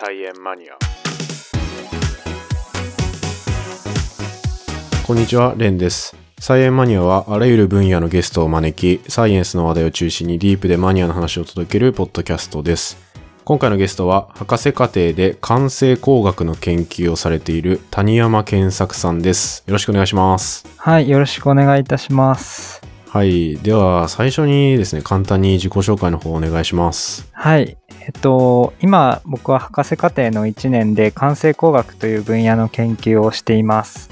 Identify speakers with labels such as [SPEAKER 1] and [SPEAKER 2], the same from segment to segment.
[SPEAKER 1] 菜園マニア
[SPEAKER 2] こんにちは、レンです。サイエンマニアはあらゆる分野のゲストを招き、サイエンスの話題を中心にディープでマニアの話を届けるポッドキャストです。今回のゲストは、博士課程で完成工学の研究をされている谷山健作さんです。よろしくお願いします。
[SPEAKER 3] はい、よろしくお願いいたします。
[SPEAKER 2] はい。では、最初にですね、簡単に自己紹介の方お願いします。
[SPEAKER 3] はい、えっと、今僕は博士課程の1年で完成工学という分野の研究をしています。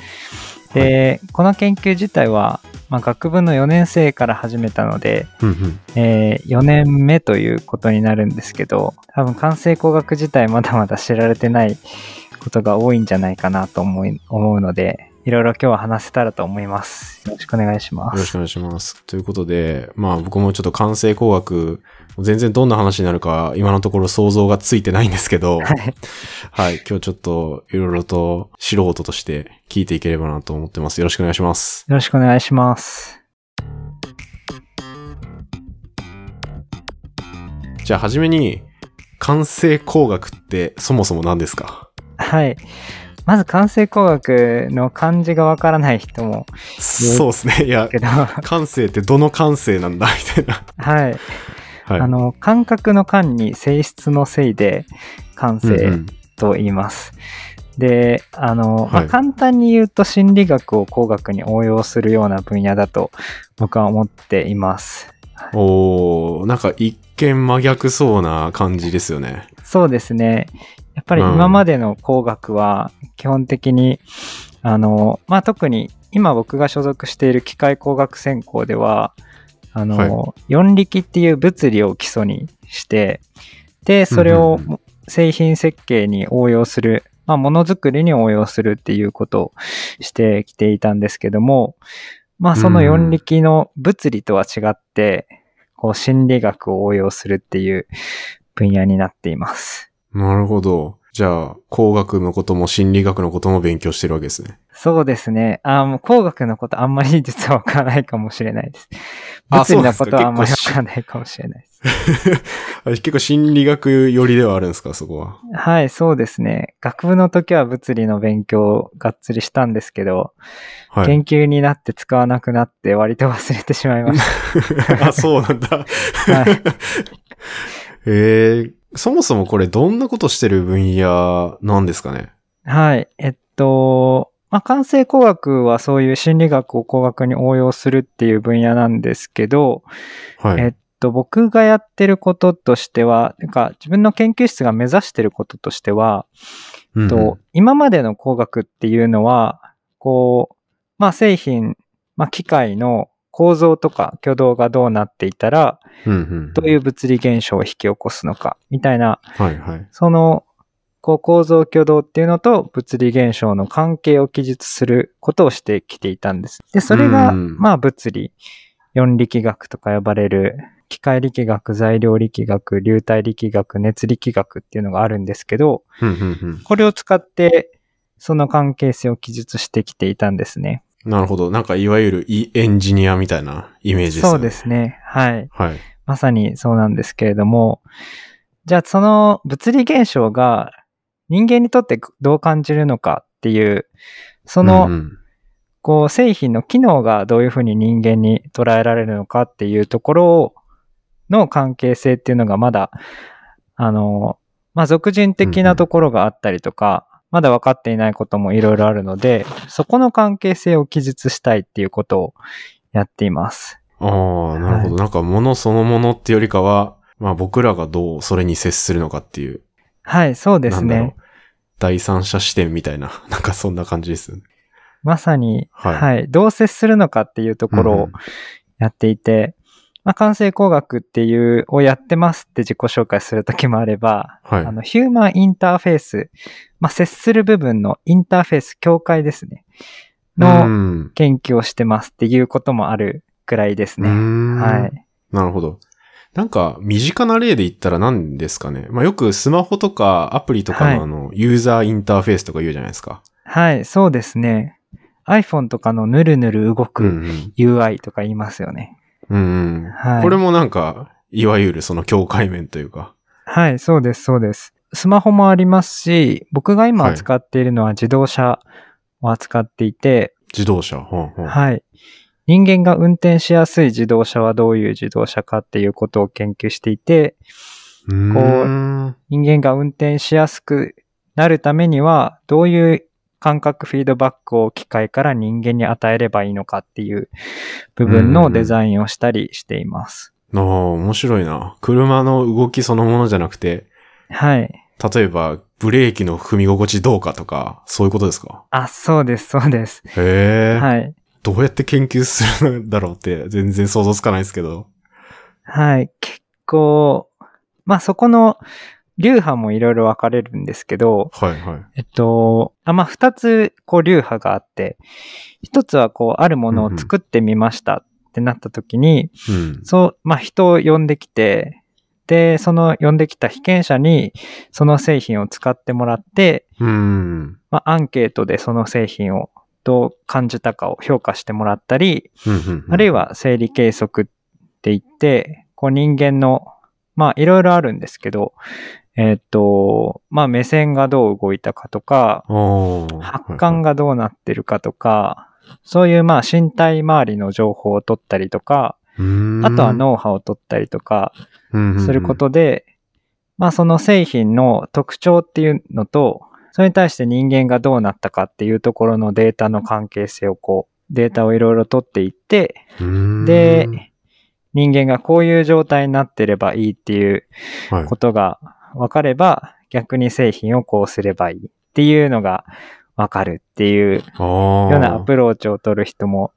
[SPEAKER 3] で、この研究自体は、まあ、学部の4年生から始めたので、
[SPEAKER 2] うんうん。
[SPEAKER 3] え4年目ということになるんですけど、多分完成工学自体まだまだ知られてないことが多いんじゃないかなと思い思うので、いろいろ今日は話せたらと思います。よろしくお願いしま
[SPEAKER 2] よろしく
[SPEAKER 3] す。
[SPEAKER 2] お願いします。ということで、まあ僕もちょっと完成工学、全然どんな話になるか今のところ想像がついてないんですけど、
[SPEAKER 3] はい
[SPEAKER 2] はい、今日ちょっといろいろと素人として聞いていければなと思ってます。よろしくお願いします。
[SPEAKER 3] よろしくお願いします。
[SPEAKER 2] じゃあはじめに、完成工学ってそもそも何ですか
[SPEAKER 3] はい。まず完成工学の漢字がわからない人も
[SPEAKER 2] そうですね。いや
[SPEAKER 3] いる、けど、 は
[SPEAKER 2] 感性ってどの感性なんだみたいな。
[SPEAKER 3] い。
[SPEAKER 2] はい。
[SPEAKER 3] あの、感覚の感に性質の性で感
[SPEAKER 2] うんう
[SPEAKER 3] 性
[SPEAKER 2] ん、
[SPEAKER 3] と言います。で、あの、ま
[SPEAKER 2] は
[SPEAKER 3] あ
[SPEAKER 2] い
[SPEAKER 3] 簡単に言うと心理学を工学に応用するような分野だと僕は思っています。
[SPEAKER 2] おー、なんか一見真逆そうな感じですよね。
[SPEAKER 3] そうですね。やっぱり今までの工学は基本的に、あの、まあ、特に今僕が所属している機械工学専攻では、あの、
[SPEAKER 2] は
[SPEAKER 3] 四力っていう物理を基礎にして、で、それを
[SPEAKER 2] うんうん
[SPEAKER 3] 製品設計に応用する、まあ、ものづくりに応用するっていうことをしてきていたんですけども、まあ、その四力の物理とは違って、こう、心理学を応用するっていう分野になっています。
[SPEAKER 2] なるほど。じゃあ、工学のことも心理学のことも勉強してるわけですね。
[SPEAKER 3] そうですね。あーもう工学のことあんまり実はわからないかもしれないです。
[SPEAKER 2] あ
[SPEAKER 3] 物
[SPEAKER 2] そう
[SPEAKER 3] 理
[SPEAKER 2] なんで
[SPEAKER 3] の
[SPEAKER 2] すか
[SPEAKER 3] ことはあんまりわ
[SPEAKER 2] 結構
[SPEAKER 3] からないかもしれないです。
[SPEAKER 2] あ結構心理学寄りではあるんですか、そこは。
[SPEAKER 3] はい、そうですね。学部の時は物理の勉強をがっつりしたんですけど、
[SPEAKER 2] はい。
[SPEAKER 3] 研究になって使わなくなって割と忘れてしまいまし
[SPEAKER 2] あ、そうなんだ。
[SPEAKER 3] た。はい、
[SPEAKER 2] えー、そもそもこれどんなことしてる分野なんですかね
[SPEAKER 3] はい。えっと、まあ、完成工学はそういう心理学を工学に応用するっていう分野なんですけど、
[SPEAKER 2] はい。
[SPEAKER 3] えっと、僕がやってることとしては、なんか自分の研究室が目指してることとしては、
[SPEAKER 2] うんうん
[SPEAKER 3] と今までの工学っていうのは、こう、まあ、製品、まあ、機械の構造とか挙動がどうなっていたら、
[SPEAKER 2] うんうん
[SPEAKER 3] どういう物理現象を引き起こすのか、みたいな、
[SPEAKER 2] はいはい。
[SPEAKER 3] その、こう構造挙動っていうのと物理現象の関係を記述することをしてきていたんです。で、それが、
[SPEAKER 2] うん
[SPEAKER 3] まあ物理、四力学とか呼ばれる、機械力学、材料力学、流体力学、熱力学っていうのがあるんですけど、
[SPEAKER 2] うんうんうん
[SPEAKER 3] これを使って、その関係性を記述してきていたんですね。
[SPEAKER 2] なるほど。なんかいわゆるイエンジニアみたいなイメージですよね。
[SPEAKER 3] そうで。すね。はい。
[SPEAKER 2] はい。
[SPEAKER 3] まさにそうなんですけれども、じゃあその物理現象が人間にとってどう感じるのかっていう、その、
[SPEAKER 2] うんうん
[SPEAKER 3] こう製品の機能がどういうふうに人間に捉えられるのかっていうところをの関係性っていうのがまだ、あの、まあ、俗人的なところがあったりとか、まだ分かっていないこともいろいろあるので、そこの関係性を記述したいっていうことをやっています。
[SPEAKER 2] ああ、なるほど。なんか物そのものってよりかは、まあ僕らがどうそれに接するのかっていう。
[SPEAKER 3] はい、そうです
[SPEAKER 2] なんだろ
[SPEAKER 3] ね
[SPEAKER 2] う。。第三者視点みたいな、 なんかそんな感じですよね。
[SPEAKER 3] まさに、
[SPEAKER 2] は
[SPEAKER 3] はいい、どう接するのかっていうところ
[SPEAKER 2] うんう
[SPEAKER 3] を
[SPEAKER 2] ん
[SPEAKER 3] やっていて、まあ、完成工学っていう、をやってますって自己紹介するときもあれば、
[SPEAKER 2] はい
[SPEAKER 3] あの、ヒューマンインターフェース、まあ、接する部分のインターフェース、境界ですね、
[SPEAKER 2] う
[SPEAKER 3] の
[SPEAKER 2] ん
[SPEAKER 3] 研究をしてますっていうこともあるくらいです
[SPEAKER 2] うー
[SPEAKER 3] ね。
[SPEAKER 2] ん
[SPEAKER 3] はい。
[SPEAKER 2] なるほど。なんか、身近な例で言ったら何ですかね。まあ、よくスマホとかアプリとか
[SPEAKER 3] はい
[SPEAKER 2] のあの、ユーザーインターフェースとか言うじゃないですか。
[SPEAKER 3] はい、そうですね。iPhone とかのぬるぬる動
[SPEAKER 2] うんう
[SPEAKER 3] く
[SPEAKER 2] ん。
[SPEAKER 3] UI とか言いますよね。
[SPEAKER 2] うんうん。
[SPEAKER 3] はい
[SPEAKER 2] これもなんか、いわゆるその境界面というか。
[SPEAKER 3] はい、そうです、そうです。スマホもありますし、僕が今
[SPEAKER 2] はい
[SPEAKER 3] 扱っているのは自動車を扱っていて、
[SPEAKER 2] 自動車。うんうん
[SPEAKER 3] はい。人間が運転しやすい自動車はどういう自動車かっていうことを研究していて、
[SPEAKER 2] うーん
[SPEAKER 3] 人間が運転しやすくなるためには、どういう感覚フィードバックを機械から人間に与えればいいのかっていう部分のデザインをしたりしています。
[SPEAKER 2] ああ、面白いな。車の動きそのものじゃなくて、
[SPEAKER 3] はい。
[SPEAKER 2] 例えばブレーキの踏み心地どうかとか、そういうことですか
[SPEAKER 3] あ、そうです、そうです。
[SPEAKER 2] へえ、
[SPEAKER 3] はい。
[SPEAKER 2] どうやって研究するんだろうって全然想像つかないですけど。
[SPEAKER 3] はい。結構、まあそこの流派もいろいろ分かれるんですけど、
[SPEAKER 2] はいはい。
[SPEAKER 3] えっと、あまあ二つこう流派があって、一つはこうあるものを作ってみましたってなった時に、
[SPEAKER 2] うん。
[SPEAKER 3] そう、まあ人を呼んできて、で、その呼んできた被験者にその製品を使ってもらって、
[SPEAKER 2] うん。
[SPEAKER 3] まあアンケートでその製品をどう感じたかを評価してもらったり、あるい
[SPEAKER 2] は、
[SPEAKER 3] は生理計測って言って、こう人間の、まあいろいろあるんですけど、えっ、と、まあ目線がどう動いたかとか、
[SPEAKER 2] おー
[SPEAKER 3] 発汗、がどうなってるかとか、そういうまあ身体周りの情報を取ったりとか、あとは脳波を取ったりとかするこ
[SPEAKER 2] っ
[SPEAKER 3] とで、まあその製品の特徴っていうのと、それに対して人間がどうなったかっていうところのデータの関係性をこう、データをいろいろ取っていって、で、人間がこういう状態になってればいいっていう
[SPEAKER 2] はい
[SPEAKER 3] ことが分かれば、逆に製品をこうすればいいっていうのが分かるっていう
[SPEAKER 2] あ
[SPEAKER 3] ようなア
[SPEAKER 2] ー
[SPEAKER 3] プローチを取る人も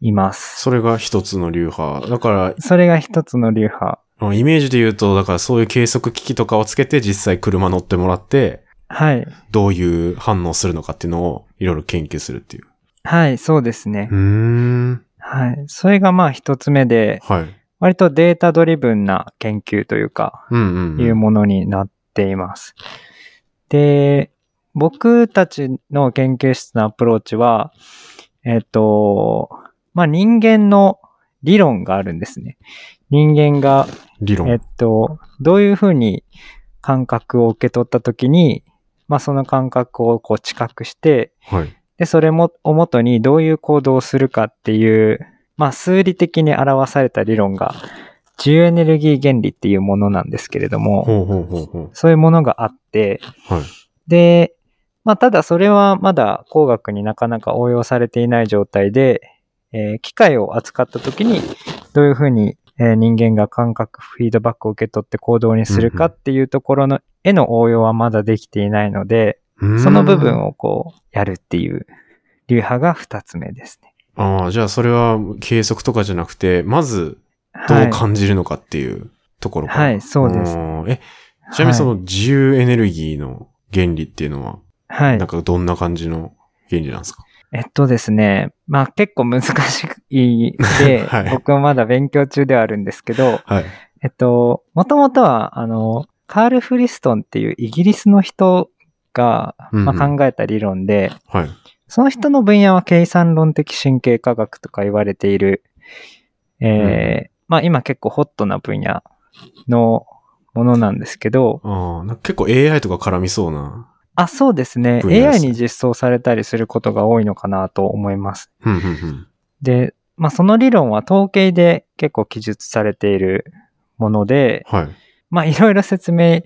[SPEAKER 3] います。
[SPEAKER 2] それが一つの流派。だから、
[SPEAKER 3] それが一つの流派。
[SPEAKER 2] イメージで言うと、だからそういう計測機器とかをつけて実際車乗ってもらって、
[SPEAKER 3] はい。
[SPEAKER 2] どういう反応するのかっていうのをいろいろ研究するっていう。
[SPEAKER 3] はい、そうですね。
[SPEAKER 2] ん。
[SPEAKER 3] はい。それがまあ一つ目で、
[SPEAKER 2] はい。
[SPEAKER 3] 割とデータドリブンな研究というか、
[SPEAKER 2] うんうん、
[SPEAKER 3] いうものになっています。で、僕たちの研究室のアプローチは、えっ、と、まあ、人間の理論があるんですね。人間が、
[SPEAKER 2] 理論。
[SPEAKER 3] えっ、と、どういうふうに感覚を受け取ったときに、まあ、その感覚をこう知覚して、
[SPEAKER 2] はい。
[SPEAKER 3] で、それも、をもとにどういう行動をするかっていう、まあ、数理的に表された理論が、自由エネルギー原理っていうものなんですけれども、
[SPEAKER 2] ほうほうほうほ
[SPEAKER 3] そういうものがあって、
[SPEAKER 2] う。はい。
[SPEAKER 3] で、まあ、ただそれはまだ工学になかなか応用されていない状態で、えー機械を扱った時にどういうふうに、えー人間が感覚フィードバックを受け取って行動にするか
[SPEAKER 2] うんう
[SPEAKER 3] っていうところの、への応用はまだできていないので、その部分
[SPEAKER 2] を。
[SPEAKER 3] をこうやるっていう流派が2つ目ですね。
[SPEAKER 2] ああ、じゃあそれは計測とかじゃなくて、まずど
[SPEAKER 3] は
[SPEAKER 2] う
[SPEAKER 3] い。
[SPEAKER 2] 感じるのかっていうところから。
[SPEAKER 3] はい、そうです。
[SPEAKER 2] んえ、ちなみにその自由エネルギーの原理っていうのは、
[SPEAKER 3] はい
[SPEAKER 2] なん。かどんな感じの原理なんですか
[SPEAKER 3] えっとですね、まあ結構難しい で、
[SPEAKER 2] はい
[SPEAKER 3] 僕もまだ勉強中ではあるんですけど、
[SPEAKER 2] はい。
[SPEAKER 3] えっと、もともとは、あの、カール・フリストンっていうイギリスの人が、
[SPEAKER 2] うんう
[SPEAKER 3] まあ、
[SPEAKER 2] ん
[SPEAKER 3] 考えた理論で、
[SPEAKER 2] はい。
[SPEAKER 3] その人の分野は計算論的神経科学とか言われている、えーまあ今結構ホットな分野のものなんですけど、
[SPEAKER 2] ああ、なんか結構 AI とか絡みそうな。
[SPEAKER 3] あ、そうですね。
[SPEAKER 2] 分野です
[SPEAKER 3] AI
[SPEAKER 2] ね
[SPEAKER 3] に実装されたりすることが多いのかなと思います。
[SPEAKER 2] うんうんうん。
[SPEAKER 3] で、まあその理論は統計で結構記述されているもので、
[SPEAKER 2] はい。
[SPEAKER 3] まあいろいろ説明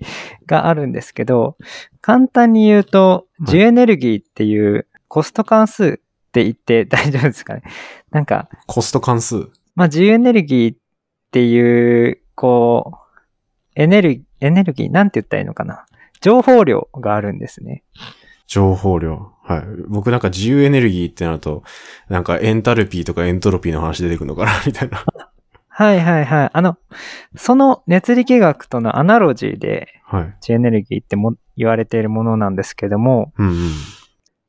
[SPEAKER 3] があるんですけど、簡単に言うと、
[SPEAKER 2] い
[SPEAKER 3] ジュエネルギーっていうコスト関数って言って 大丈夫ですかね。なんか、
[SPEAKER 2] コスト関数。
[SPEAKER 3] まあ自由エネルギーっていう、こう、エネルギー、エネルギーなんて言ったらいいのかな。情報量があるんですね。
[SPEAKER 2] 情報量。はい。僕なんか自由エネルギーってなると、なんかエンタルピーとかエントロピーの話出てくるのかな みたいな。
[SPEAKER 3] はいはいはい。あの、その熱力学とのアナロジーで、
[SPEAKER 2] はい。
[SPEAKER 3] ジュエネルギーっても言われているものなんですけども、
[SPEAKER 2] うんうん。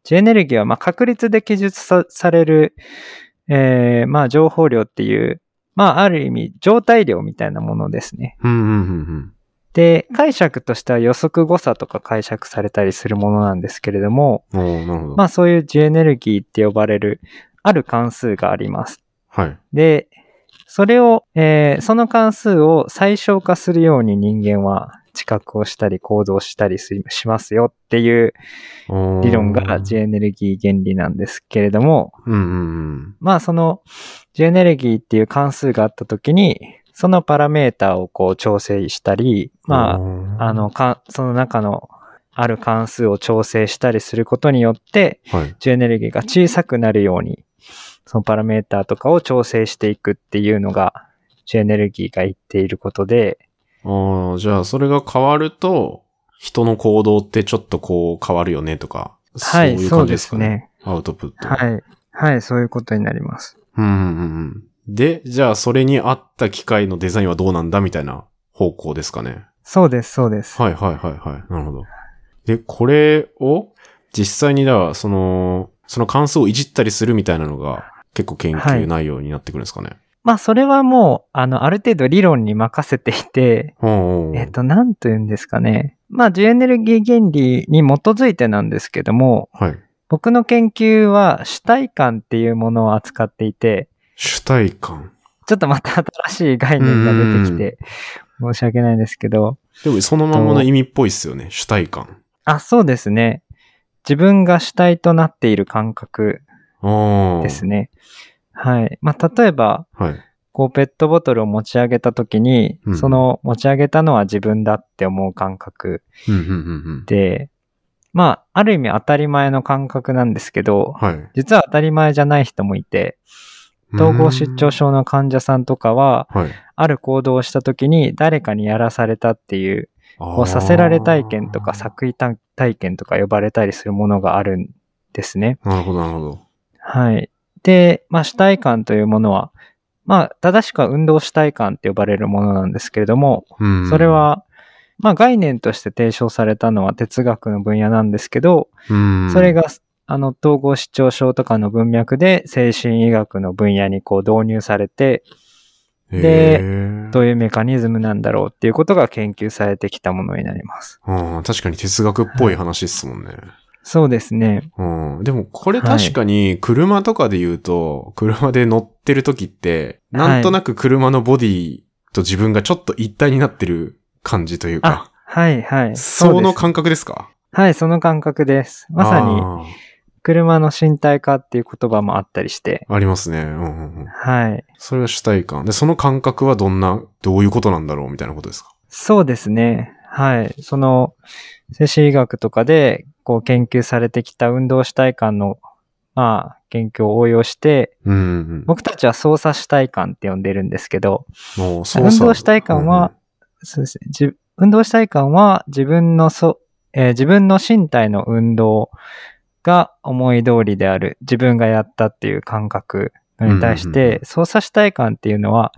[SPEAKER 3] ジェエネルギーはまあ確率で記述さされる、えーまあ情報量っていう、まあある意味状態量みたいなものですね。
[SPEAKER 2] うんうんうん
[SPEAKER 3] で、解釈としては予測誤差とか解釈されたりするものなんですけれども、
[SPEAKER 2] うん。おーなるほど。
[SPEAKER 3] まあそういうジェエネルギーって呼ばれるある関数があります。
[SPEAKER 2] はい。
[SPEAKER 3] で、それを、えーその関数を最小化するように人間は知覚をしたり行動したりししますよっていう
[SPEAKER 2] うん
[SPEAKER 3] 理論が G エネルギー原理なんですけれども、
[SPEAKER 2] うんうんうん。
[SPEAKER 3] まあその G エネルギーっていう関数があった時に、そのパラメーターをこう調整したり、まあ
[SPEAKER 2] あ
[SPEAKER 3] あ、の、か、その中のある関数を調整したりすることによって、
[SPEAKER 2] はい。
[SPEAKER 3] ジエネルギーが小さくなるように、そのパラメーターとかを調整していくっていうのが、ジエネルギーが言っていることで、
[SPEAKER 2] ああ、じゃあ、それが変わると、人の行動ってちょっとこう変わるよねとか、
[SPEAKER 3] はい、
[SPEAKER 2] そういう
[SPEAKER 3] そう
[SPEAKER 2] 感じ
[SPEAKER 3] で
[SPEAKER 2] です
[SPEAKER 3] す
[SPEAKER 2] かね。
[SPEAKER 3] ね。
[SPEAKER 2] アウトプット。
[SPEAKER 3] はい。はい、そういうことになります。
[SPEAKER 2] うんうんうんうん。で、じゃあ、それに合った機械のデザインはどうなんだみたいな方向ですかね。
[SPEAKER 3] そうです、そうです。
[SPEAKER 2] はいはいはいはい。なるほど。で、これを、実際にだから、その、その関数をいじったりするみたいなのが、結構研
[SPEAKER 3] は
[SPEAKER 2] 究
[SPEAKER 3] い
[SPEAKER 2] 内容になってくるんですかね。
[SPEAKER 3] まあ、それはもう、あの、ある程度理論に任せていて、
[SPEAKER 2] うんうん
[SPEAKER 3] えっ、と、なんと言うんですかね。まあ、ジエネルギー原理に基づいてなんですけども、
[SPEAKER 2] はい。
[SPEAKER 3] 僕の研究は主体感っていうものを扱っていて、
[SPEAKER 2] 主体感。
[SPEAKER 3] ちょっとまた新しい概念が出てきて、申し訳ないですけど、
[SPEAKER 2] でも、そのままの意味っぽいっすよね。主体感。
[SPEAKER 3] あ、そうですね。自分が主体となっている感覚
[SPEAKER 2] ああ。
[SPEAKER 3] ですね。はい。まあ、例えば、
[SPEAKER 2] はい。
[SPEAKER 3] こう、ペットボトルを持ち上げた時に、
[SPEAKER 2] うん
[SPEAKER 3] その持ち上げたのは自分だって思う感覚
[SPEAKER 2] うんうんうんうん。
[SPEAKER 3] で、まあ、ある意味当たり前の感覚なんですけど、
[SPEAKER 2] はい。
[SPEAKER 3] 実は当たり前じゃない人もいて、統合失調症の患者さんとかは、
[SPEAKER 2] うん。はい。
[SPEAKER 3] ある行動をした時に誰かにやらされたっていう、こ
[SPEAKER 2] こ
[SPEAKER 3] うさせられ体験とか作為体体験とか呼ばれたりするものがあるんですね。
[SPEAKER 2] なるほど、なるほど。
[SPEAKER 3] はい。で、まあ主体感というものは、まあ正しくは運動主体感って呼ばれるものなんですけれども、
[SPEAKER 2] うん。
[SPEAKER 3] それ、は、まあ概念として提唱されたのは哲学の分野なんですけど、
[SPEAKER 2] うん。
[SPEAKER 3] それ、が、あの、統合失調症とかの文脈で精神医学の分野にこう導入されて、で
[SPEAKER 2] で
[SPEAKER 3] どういうメカニズムなんだろうっていうことが研究されてきたものになります。
[SPEAKER 2] うん、確かに哲学っぽい話っすもんね。
[SPEAKER 3] そうですね。
[SPEAKER 2] うん。でも、これ確かに、車とかで言うと、車で乗ってる時って、
[SPEAKER 3] はい
[SPEAKER 2] なんとなく車のボディと自分がちょっと一体になってる感じというか、
[SPEAKER 3] はいはい。
[SPEAKER 2] そう
[SPEAKER 3] で
[SPEAKER 2] の
[SPEAKER 3] す
[SPEAKER 2] 感覚ですか
[SPEAKER 3] はい、その感覚です。まさに、
[SPEAKER 2] あ
[SPEAKER 3] 車の身体化っていう言葉もあったりして。
[SPEAKER 2] ー。ありますね。うんうんうん。
[SPEAKER 3] はい。
[SPEAKER 2] それが主体感。で、その感覚はどんな、どういうことなんだろうみたいなことですか
[SPEAKER 3] そうですね。はい。その、精神医学とかで、こう研究されてきた運動主体感の、まあ、研究を応用して、
[SPEAKER 2] うんうんうん。
[SPEAKER 3] 僕たちは操作主体感って呼んでるんですけど、
[SPEAKER 2] もう
[SPEAKER 3] 運動主体感は、そうですね。じ運動主体感は自分のそ、えー自分の身体の運動が思い通りである。自分がやったっていう感覚のに対し
[SPEAKER 2] うんうんう
[SPEAKER 3] て、操作主体感っていうのは、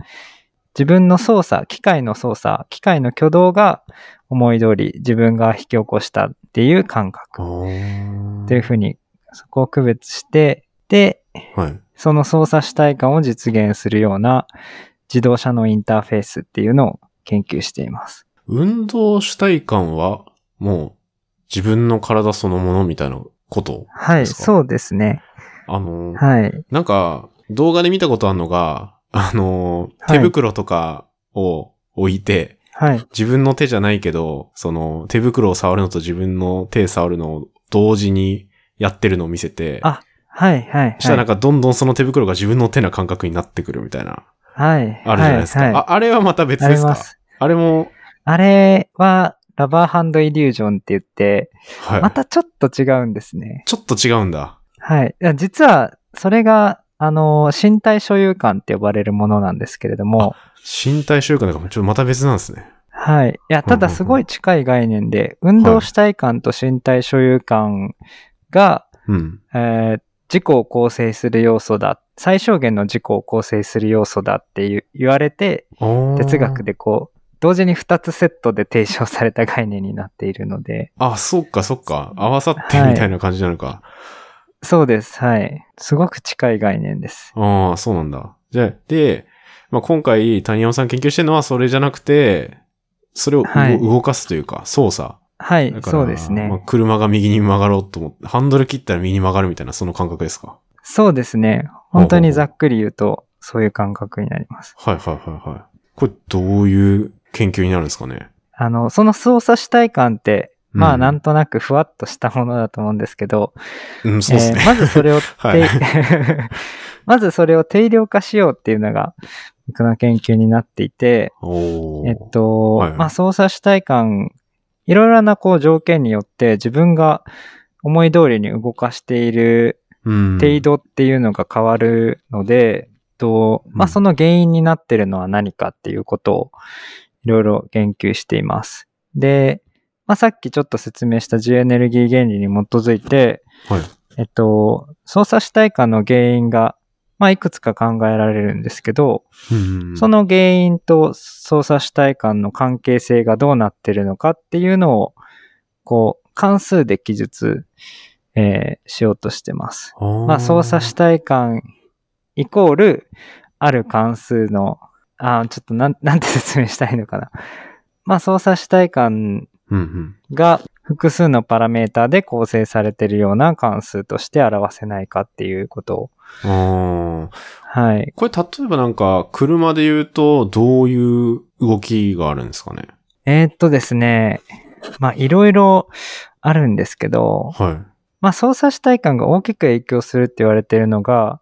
[SPEAKER 3] 自分の操作、機械の操作、機械の挙動が思い通り自分が引き起こしたっていう
[SPEAKER 2] う
[SPEAKER 3] 感
[SPEAKER 2] ん
[SPEAKER 3] 覚
[SPEAKER 2] うんうん、
[SPEAKER 3] というふうに、そこを区別して、で、
[SPEAKER 2] あーはい。
[SPEAKER 3] その操作主体感を実現するような自動車のインターフェースっていうのを研究しています。
[SPEAKER 2] 運動主体感は、もう、自分の体そのものみたいなこと
[SPEAKER 3] は
[SPEAKER 2] で
[SPEAKER 3] い、
[SPEAKER 2] すか
[SPEAKER 3] そうですね。
[SPEAKER 2] あのー、
[SPEAKER 3] はい。
[SPEAKER 2] なんか、動画で見たことあるのが、あのー、
[SPEAKER 3] は
[SPEAKER 2] 手
[SPEAKER 3] い
[SPEAKER 2] 袋とかを置いて、
[SPEAKER 3] はい。
[SPEAKER 2] 自分の手じゃないけど、その、手袋を触るのと自分の手触るのを同時にやってるのを見せて、
[SPEAKER 3] あはい、はい。はい
[SPEAKER 2] したらなんかどんどんその手袋が自分の手な感覚になってくるみたいな、
[SPEAKER 3] はい。
[SPEAKER 2] あるじゃないですか。
[SPEAKER 3] はは
[SPEAKER 2] ああれはまた別
[SPEAKER 3] あ
[SPEAKER 2] で
[SPEAKER 3] り
[SPEAKER 2] す
[SPEAKER 3] ま
[SPEAKER 2] か
[SPEAKER 3] す。
[SPEAKER 2] あれも、
[SPEAKER 3] あれは、ラバーハンドイリュージョンって言って、
[SPEAKER 2] はい。
[SPEAKER 3] またちょっと違うんですね。
[SPEAKER 2] ちょっと違うんだ。
[SPEAKER 3] はい。いや実は、それが、あの、身体所有感って呼ばれるものなんですけれども、
[SPEAKER 2] 身体習慣とかもちょっとまた別なんですね。
[SPEAKER 3] はい。いや、ただすごい近い概念で、運動主体感と身体所有感が、
[SPEAKER 2] うん。
[SPEAKER 3] えー自己を構成する要素だ。最小限の自己を構成する要素だっていう言われて、哲学
[SPEAKER 2] で。
[SPEAKER 3] でこう、同時に2つセットで提唱された概念になっているので、
[SPEAKER 2] あ、そっかそっか。合わさってみたいな感じなのか。
[SPEAKER 3] そうです。はい。すごく近い概念です。
[SPEAKER 2] ああ、そうなんだ。じゃあ、で、まあ、今回谷山さん研究してるのはそれじゃなくて、それを動,、
[SPEAKER 3] はい
[SPEAKER 2] 動かすというか、操作。
[SPEAKER 3] はい
[SPEAKER 2] だ、から
[SPEAKER 3] そうです
[SPEAKER 2] まあ、
[SPEAKER 3] ね。
[SPEAKER 2] 車が右に曲がろうと思って、ハンドル切ったら右に曲がるみたいな、その感覚ですか。
[SPEAKER 3] そうですね。本当にざっくり言うと、そういう感覚になります。
[SPEAKER 2] はいはいはいはい。これ、どういう研究になるんですかね。
[SPEAKER 3] ああの、その操作主体感って、
[SPEAKER 2] う
[SPEAKER 3] まあ
[SPEAKER 2] ん
[SPEAKER 3] なんとなくふわっとしたものだと思うんですけど、
[SPEAKER 2] うん、そうですね。
[SPEAKER 3] えーまずそ れをて、
[SPEAKER 2] はい
[SPEAKER 3] まずそれを定量化しようっていうのが、僕の研究になっていて、
[SPEAKER 2] おー
[SPEAKER 3] えっと、
[SPEAKER 2] はい
[SPEAKER 3] まあ、操作主体感、いろいろなこう条件によって自分が思い通りに動かしている
[SPEAKER 2] うん
[SPEAKER 3] 程度っていうのが変わるので、とまあ、
[SPEAKER 2] うん
[SPEAKER 3] その原因になってるのは何かっていうことをいろいろ言及しています。で、まあ、さっきちょっと説明した自由エネルギー原理に基づいて、
[SPEAKER 2] はい
[SPEAKER 3] えっと、操作主体感の原因が、まあ、いくつか考えられるんですけど、
[SPEAKER 2] うん
[SPEAKER 3] その原因と操作主体間の関係性がどうなってるのかっていうのを、こう、関数で記述、えーしようとしてます。まあ、操作主体間イコール、ある関数の、あーちょっとなん、なんて説明したいのかな。まあ、操作主体間
[SPEAKER 2] うんうん
[SPEAKER 3] が複数のパラメータで構成されているような関数として表せないかっていうことを、
[SPEAKER 2] あー
[SPEAKER 3] はい。
[SPEAKER 2] これ、例えばなんか、車で言うと、どういう動きがあるんですかね
[SPEAKER 3] えーっとですね、まあいろいろあるんですけど、
[SPEAKER 2] は
[SPEAKER 3] まあ操作主体感が大きく影響するって言われているのが、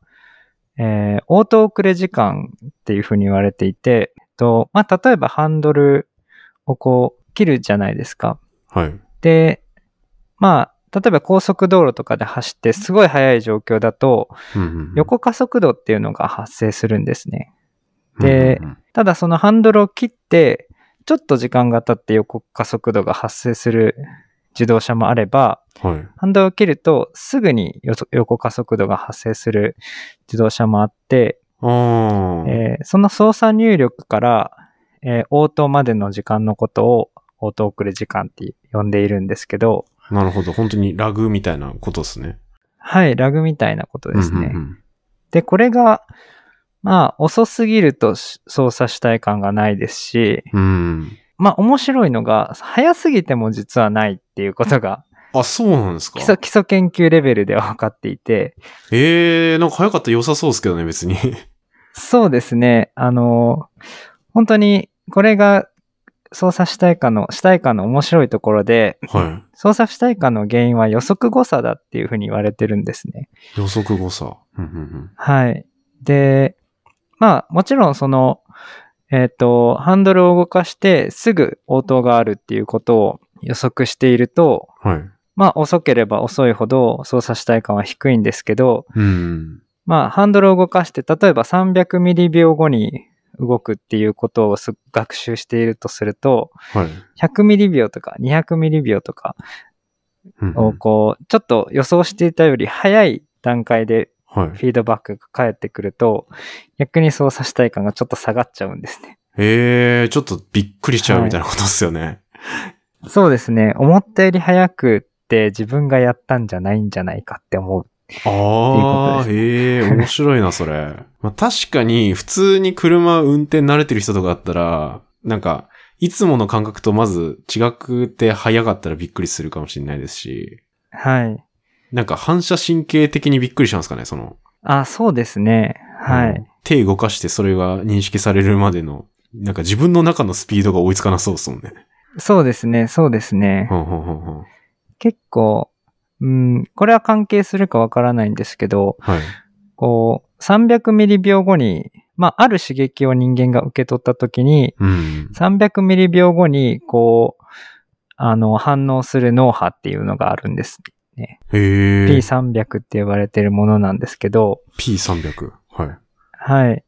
[SPEAKER 3] えー、オート遅れ時間っていうふうに言われていて、えっと、まあ例えばハンドルをこう切るじゃないですか。
[SPEAKER 2] い。はい。
[SPEAKER 3] で、まあ例えば高速道路とかで走ってすごい速い状況だと、
[SPEAKER 2] うんうんうん、
[SPEAKER 3] 横加速度っていうのが発生するんですね。でただそのハンドルを切って、ちょっと時間が経って横加速度が発生する自動車もあれば、
[SPEAKER 2] うんうんうん、はい。
[SPEAKER 3] ハンドルを切るとすぐによそ横加速度が発生する自動車もあって、
[SPEAKER 2] ああ、
[SPEAKER 3] えーその操作入力から、えー応答までの時間のことを応答遅れ時間って呼んでいるんですけど、
[SPEAKER 2] なるほど。本当にラグみたいなことですね。
[SPEAKER 3] はい、ラグみたいなことですね。
[SPEAKER 2] うんうん
[SPEAKER 3] で、これが、まあ、遅すぎるとし操作主体感がないですし、
[SPEAKER 2] うん、うん
[SPEAKER 3] まあ面白いのが、早すぎても実はないっていうことが、
[SPEAKER 2] あ、そうなんです
[SPEAKER 3] 基
[SPEAKER 2] か。
[SPEAKER 3] 礎基礎研究レベルでは分かっていて、
[SPEAKER 2] ええー、なんか早かったら良さそうですけどね、 別に。
[SPEAKER 3] そうですね、あの、本当にこれが操作主体化の、主体化の面白いところで、
[SPEAKER 2] は
[SPEAKER 3] 操作主体化の原因は予測誤差だっていうふうに言われてるんですね。
[SPEAKER 2] い。予測誤差。うんうんうん
[SPEAKER 3] はい。で、まあもちろんその、えっ、と、ハンドルを動かしてすぐ応答があるっていうことを予測していると、
[SPEAKER 2] はい。
[SPEAKER 3] まあ遅ければ遅いほど操作主体感は低いんですけど、
[SPEAKER 2] うん。
[SPEAKER 3] まあハンドルを動かして例えば300ミリ秒後に動くっていうことをす学習しているとすると、
[SPEAKER 2] はい。
[SPEAKER 3] 100ミリ秒とか200ミリ秒とか
[SPEAKER 2] うんうん
[SPEAKER 3] をこう、ちょっと予想していたより早い段階で
[SPEAKER 2] はい。
[SPEAKER 3] フィードバックが返ってくると、逆に操作主体感がちょっと下がっちゃうんですね。
[SPEAKER 2] ええー、ちょっとびっくりしちゃうみたいなことですよね。
[SPEAKER 3] そうですね。思ったより早くって自分がやったんじゃないんじゃないかって思う。
[SPEAKER 2] ああ、
[SPEAKER 3] って
[SPEAKER 2] ええー、面白いな、そ れ。まあ、確かに、普通に車運転慣れてる人とかだったら、なんか、いつもの感覚とまず違くて早かったらびっくりするかもしれないですし、
[SPEAKER 3] はい。
[SPEAKER 2] なんか反射神経的にびっくりしますかね、その。
[SPEAKER 3] あ、そうですね。は
[SPEAKER 2] う
[SPEAKER 3] い
[SPEAKER 2] ん。。手動かしてそれが認識されるまでの、なんか自分の中のスピードが追いつかなそうですもんね。
[SPEAKER 3] そうですね。そうですね
[SPEAKER 2] ほ。んほんほんほん。
[SPEAKER 3] 結構、うん、これは関係するかわからないんですけど、
[SPEAKER 2] はい。
[SPEAKER 3] こう、300ミリ秒後に、まあ、ある刺激を人間が受け取った時に、
[SPEAKER 2] うん。
[SPEAKER 3] 300ミリ秒後に、こう、あの、反応する脳波っていうのがあるんです。
[SPEAKER 2] へえ。
[SPEAKER 3] P300 って呼ばれてるものなんですけど、
[SPEAKER 2] P300。はい。
[SPEAKER 3] はい。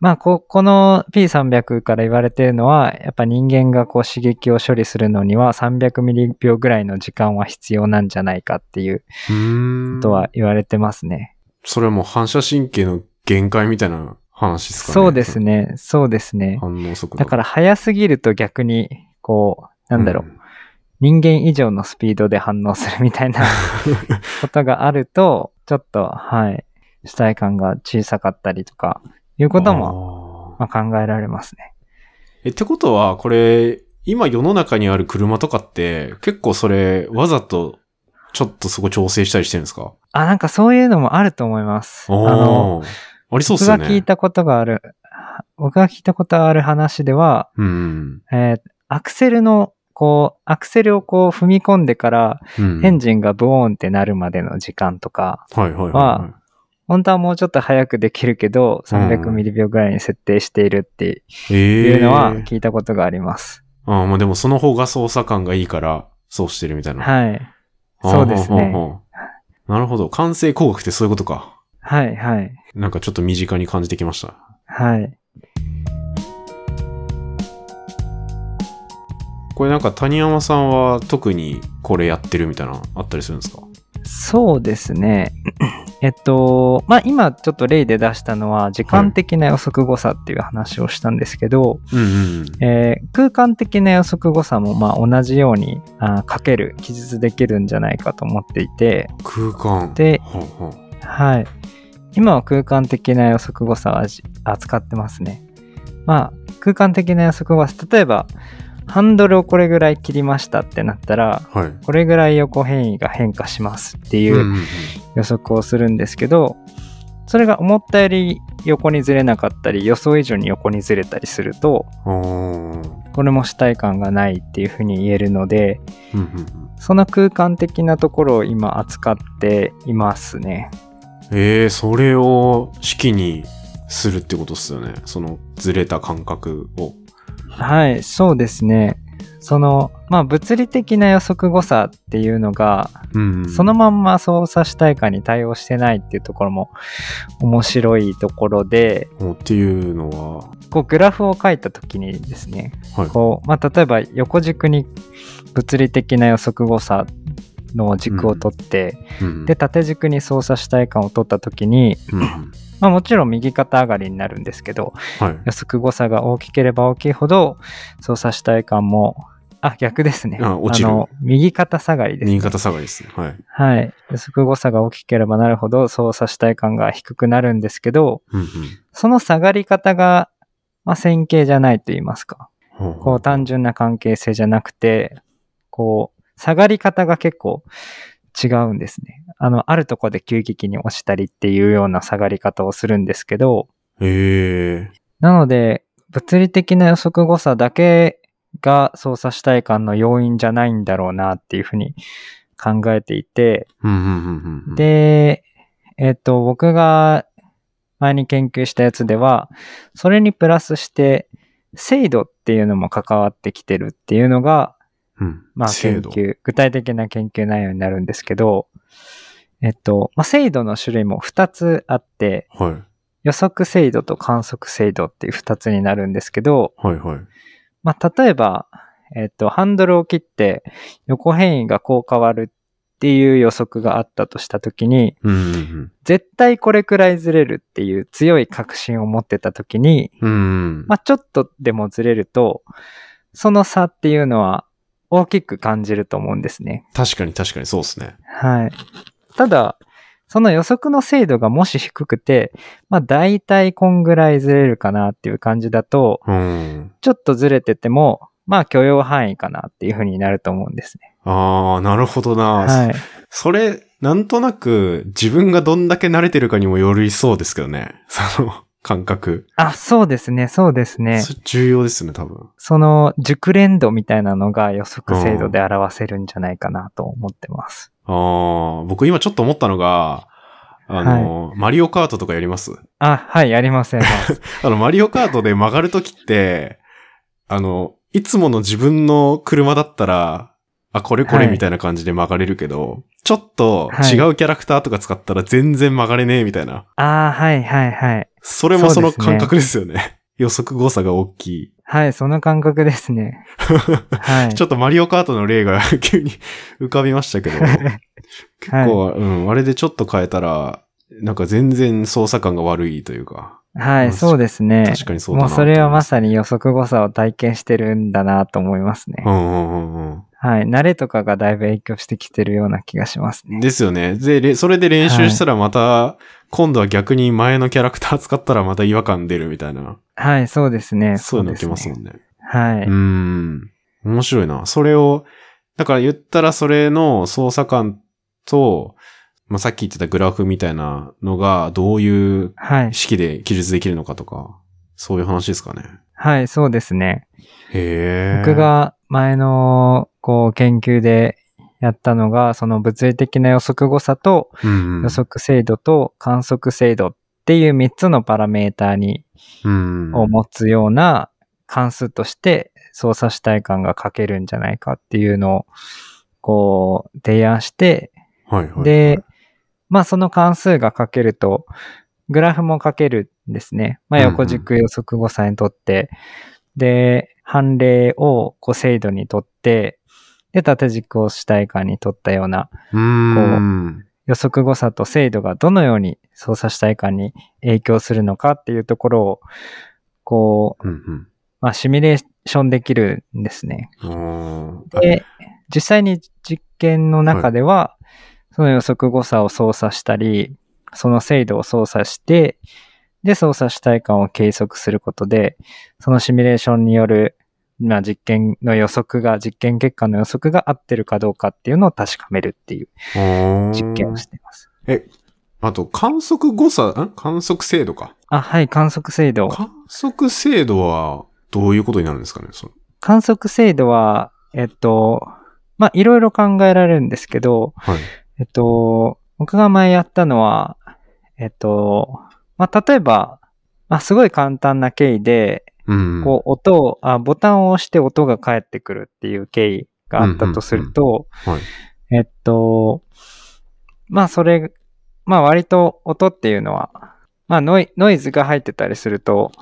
[SPEAKER 3] まあ、こ、この P300 から言われてるのは、やっぱ人間がこう刺激を処理するのには300ミリ秒ぐらいの時間は必要なんじゃないかっていう
[SPEAKER 2] うー
[SPEAKER 3] こ
[SPEAKER 2] ん。
[SPEAKER 3] とは言われてますね。
[SPEAKER 2] それはもう反射神経の限界みたいな話ですかね。
[SPEAKER 3] そうです。ね。そうですね。
[SPEAKER 2] 反応速度。
[SPEAKER 3] だから早すぎると逆に、こう、
[SPEAKER 2] う
[SPEAKER 3] なんだろう、。人間以上のスピードで反応するみた いなことがあると、ちょっと、はい、主体感が小さかったりとか、いうことも
[SPEAKER 2] も。
[SPEAKER 3] まあ、考えられますね。
[SPEAKER 2] え、ってことは、これ、今世の中にある車とかって、結構それ、わざと、ちょっとそこ調整したりしてるんですか
[SPEAKER 3] あ、なんかそういうのもあると思います。あ
[SPEAKER 2] あ
[SPEAKER 3] の、
[SPEAKER 2] ーありそうっ
[SPEAKER 3] 僕
[SPEAKER 2] すよ
[SPEAKER 3] が
[SPEAKER 2] ね。
[SPEAKER 3] 聞いたことがある、僕が聞いたことある話では、
[SPEAKER 2] うん。
[SPEAKER 3] えーアクセルの、こう、アクセルをこう踏み込んでから、
[SPEAKER 2] うん
[SPEAKER 3] エンジンがブオーンってなるまでの時間とか、
[SPEAKER 2] はいはいはいは
[SPEAKER 3] は本当はもうちょっと早くできるけど、300ミリ秒ぐらいに設定しているって
[SPEAKER 2] い。ええ
[SPEAKER 3] いうのは聞いたことがあります。
[SPEAKER 2] ああ、まあでもその方が操作感がいいから、そうしてるみたいな。
[SPEAKER 3] はい。
[SPEAKER 2] ああ
[SPEAKER 3] そうですね
[SPEAKER 2] ほうほうほうなるほど。完成工学ってそういうことか。
[SPEAKER 3] はい、はい。
[SPEAKER 2] なんかちょっと身近に感じてきました。
[SPEAKER 3] はい。
[SPEAKER 2] これなんか谷山さんは特にこれやってるみたいなのあったりするんですか
[SPEAKER 3] そうですね。えっと、まあ、今ちょっと例で出したのは、時間的な予測誤差っていう話をしたんですけど、
[SPEAKER 2] うんうんうん。
[SPEAKER 3] えー空間的な予測誤差もまあ同じようにあーかける記述できるんじゃないかと思っていて、
[SPEAKER 2] 空間。
[SPEAKER 3] で
[SPEAKER 2] ほうほう
[SPEAKER 3] はい、今は空間的な予測誤差を味扱ってますね。まあ空間的な予測誤差例えばハンドルをこれぐらい切りましたってなったら
[SPEAKER 2] はい。
[SPEAKER 3] これぐらい横変異が変化しますってい
[SPEAKER 2] うん
[SPEAKER 3] う
[SPEAKER 2] うんうん
[SPEAKER 3] 予測をするんですけど、それが思ったより横にずれなかったり予想以上に横にずれたりすると
[SPEAKER 2] あー
[SPEAKER 3] これも主体感がないっていうふうに言えるので
[SPEAKER 2] うんうんうん
[SPEAKER 3] その空間的なところを今扱っていますね。
[SPEAKER 2] えー、それを式にするってことっすよね。そのずれた感覚を。
[SPEAKER 3] はい、そうですね。その、まあ、物理的な予測誤差っていうのが、
[SPEAKER 2] うんうん
[SPEAKER 3] そのまんま操作主体感に対応してないっていうところも面白いところで、
[SPEAKER 2] おっていうのは、
[SPEAKER 3] こう、グラフを書いた時にですね、
[SPEAKER 2] はい。
[SPEAKER 3] こう、まあ、例えば横軸に物理的な予測誤差の軸を取って、
[SPEAKER 2] うん
[SPEAKER 3] で、縦軸に操作主体感を取った時に、
[SPEAKER 2] うんうん
[SPEAKER 3] まあ、もちろん右肩上がりになるんですけど、
[SPEAKER 2] はい。
[SPEAKER 3] 予測誤差が大きければ大きいほど操作主体感もあ逆ですね
[SPEAKER 2] あ落ちる
[SPEAKER 3] の右肩下がりです
[SPEAKER 2] 新潟下がりですね。はい。
[SPEAKER 3] はい予測誤差が大きければなるほど操作主体感が低くなるんですけど
[SPEAKER 2] うんうん
[SPEAKER 3] その下がり方が、まあ、線形じゃないと言いますか
[SPEAKER 2] ほうほう
[SPEAKER 3] こう単純な関係性じゃなくてこう下がり方が結構違うんですねあのあるとこで急激に落ちたりっていうような下がり方をするんですけど、
[SPEAKER 2] ええ
[SPEAKER 3] なので、物理的な予測誤差だけが操作主体感の要因じゃないんだろうなっていうふうに考えていて、
[SPEAKER 2] うんうんうんうんうん。
[SPEAKER 3] で、えっ、と、僕が前に研究したやつでは、それにプラスして、精度っていうのも関わってきてるっていうのが、
[SPEAKER 2] うん、
[SPEAKER 3] まあ、
[SPEAKER 2] 精
[SPEAKER 3] 研
[SPEAKER 2] 度
[SPEAKER 3] 究、具体的な研究内容になるんですけど、えっと、まあ、精度の種類も2つあって、
[SPEAKER 2] はい。
[SPEAKER 3] 予測精度と観測精度っていう2つになるんですけど、
[SPEAKER 2] はいはい。
[SPEAKER 3] まあ、例えば、えっと、ハンドルを切って横変異がこう変わるっていう予測があったとしたときに、
[SPEAKER 2] うんうん
[SPEAKER 3] 絶対これくらいずれるっていう強い確信を持ってたときに、
[SPEAKER 2] うん。うん。
[SPEAKER 3] まあ、ちょっとでもずれると、その差っていうのは大きく感じると思うんですね。
[SPEAKER 2] 確かに確かにそうですね。
[SPEAKER 3] はい。ただ、その予測の精度がもし低くて、まあ大体こんぐらいずれるかなっていう感じだと、
[SPEAKER 2] うん。
[SPEAKER 3] ちょっとずれてても、まあ許容範囲かなっていう風になると思うんですね。
[SPEAKER 2] ああ、なるほどな、
[SPEAKER 3] はい。
[SPEAKER 2] それ、なんとなく自分がどんだけ慣れてるかにもよりそうですけどね。 その感覚。
[SPEAKER 3] あ、そうですね、そうですね。
[SPEAKER 2] それ重要ですよね、多分。
[SPEAKER 3] その熟練度みたいなのが予測精度で表せるんじゃないかなと思ってます。
[SPEAKER 2] ああ、僕今ちょっと思ったのが、あの、マリオカートとかやります
[SPEAKER 3] あ、はい、やりません。やります
[SPEAKER 2] あの、マリオカートで曲がるときって、あの、いつもの自分の車だったら、あ、これこれ
[SPEAKER 3] はい
[SPEAKER 2] みたいな感じで曲がれるけど、ちょっと
[SPEAKER 3] はい
[SPEAKER 2] 違うキャラクターとか使ったら全然曲がれねえみたいな。
[SPEAKER 3] あーはい、はい、はい。
[SPEAKER 2] それもその
[SPEAKER 3] そうですね
[SPEAKER 2] 感覚ですよね。 予測誤差が大きい。
[SPEAKER 3] はい、その感覚で すね。はい。
[SPEAKER 2] ちょっとマリオカートの例が 急に浮かびましたけど、結構、うん、あれでちょっと変えたら、なんか全然操作感が悪いというか、
[SPEAKER 3] はい、そうですね。
[SPEAKER 2] 確かにそうだな
[SPEAKER 3] もう
[SPEAKER 2] と
[SPEAKER 3] そ
[SPEAKER 2] 思い
[SPEAKER 3] れはますさに予測誤差を体験してるんだなと思いますね。
[SPEAKER 2] うんうんうんうん。
[SPEAKER 3] はい。慣れとかがだいぶ影響してきてるような気がしますね。
[SPEAKER 2] ですよね。で、れそれで練習したらまた、今度は逆に前のキャラクター使ったらまた違和感出るみたいな。
[SPEAKER 3] はい、そうですね。
[SPEAKER 2] そういうの
[SPEAKER 3] で
[SPEAKER 2] 受けますもんね。
[SPEAKER 3] は
[SPEAKER 2] う
[SPEAKER 3] い。
[SPEAKER 2] ーん。面白いな。それを、だから言ったらそれの操作感と、まあ、さっき言ってたグラフみたいなのがどういう
[SPEAKER 3] はい。
[SPEAKER 2] 式で記述できるのかとか、そういう話ですかね。
[SPEAKER 3] はい、そうですね。
[SPEAKER 2] へえ。
[SPEAKER 3] 僕、が前の、こう、研究でやったのが、その物理的な予測誤差と
[SPEAKER 2] うんうん、
[SPEAKER 3] 予測精度と観測精度っていう3つのパラメーターに、
[SPEAKER 2] うん
[SPEAKER 3] を持つような関数として操作主体感が書けるんじゃないかっていうのを、こう、提案して、
[SPEAKER 2] はいはい、
[SPEAKER 3] で、まあその関数が書けると、グラフも書けるんですね。まあ
[SPEAKER 2] うんうん
[SPEAKER 3] 横軸予測誤差にとって、で、判例をこう精度にとって、で、縦軸を主体感にとったような
[SPEAKER 2] うーん。
[SPEAKER 3] 予測誤差と精度がどのように操作主体感に影響するのかっていうところを、こう、
[SPEAKER 2] うん
[SPEAKER 3] まあシミュレーションできるんですね。
[SPEAKER 2] うん。あー
[SPEAKER 3] で、実際に実験の中では、その予測誤差を操作したり、その精度を操作して、で、操作主体感を計測することで、そのシミュレーションによる、まあ、実験の予測が、実験結果の予測が合ってるかどうかっていうのを確かめるっていう
[SPEAKER 2] あー
[SPEAKER 3] 実験をしています。
[SPEAKER 2] あと、観測誤差、ん観測精度か。
[SPEAKER 3] あ、はい、観測精度。
[SPEAKER 2] 観測精度は、どういうことになるんですかねその
[SPEAKER 3] 観測精度は、えっと、まあ、いろいろ考えられるんですけど、
[SPEAKER 2] はい。
[SPEAKER 3] えっと、僕が前やったのは、えっと、まあ、例えば、まあ、すごい簡単な経緯で、
[SPEAKER 2] うん。
[SPEAKER 3] こう、音を、あ、ボタンを押して音が返ってくるっていう経緯があったとすると、
[SPEAKER 2] うんうんうんは
[SPEAKER 3] えっと、まあ、それ、まあ、割と音っていうのは、まあノイ、ノイズが入ってたりすると、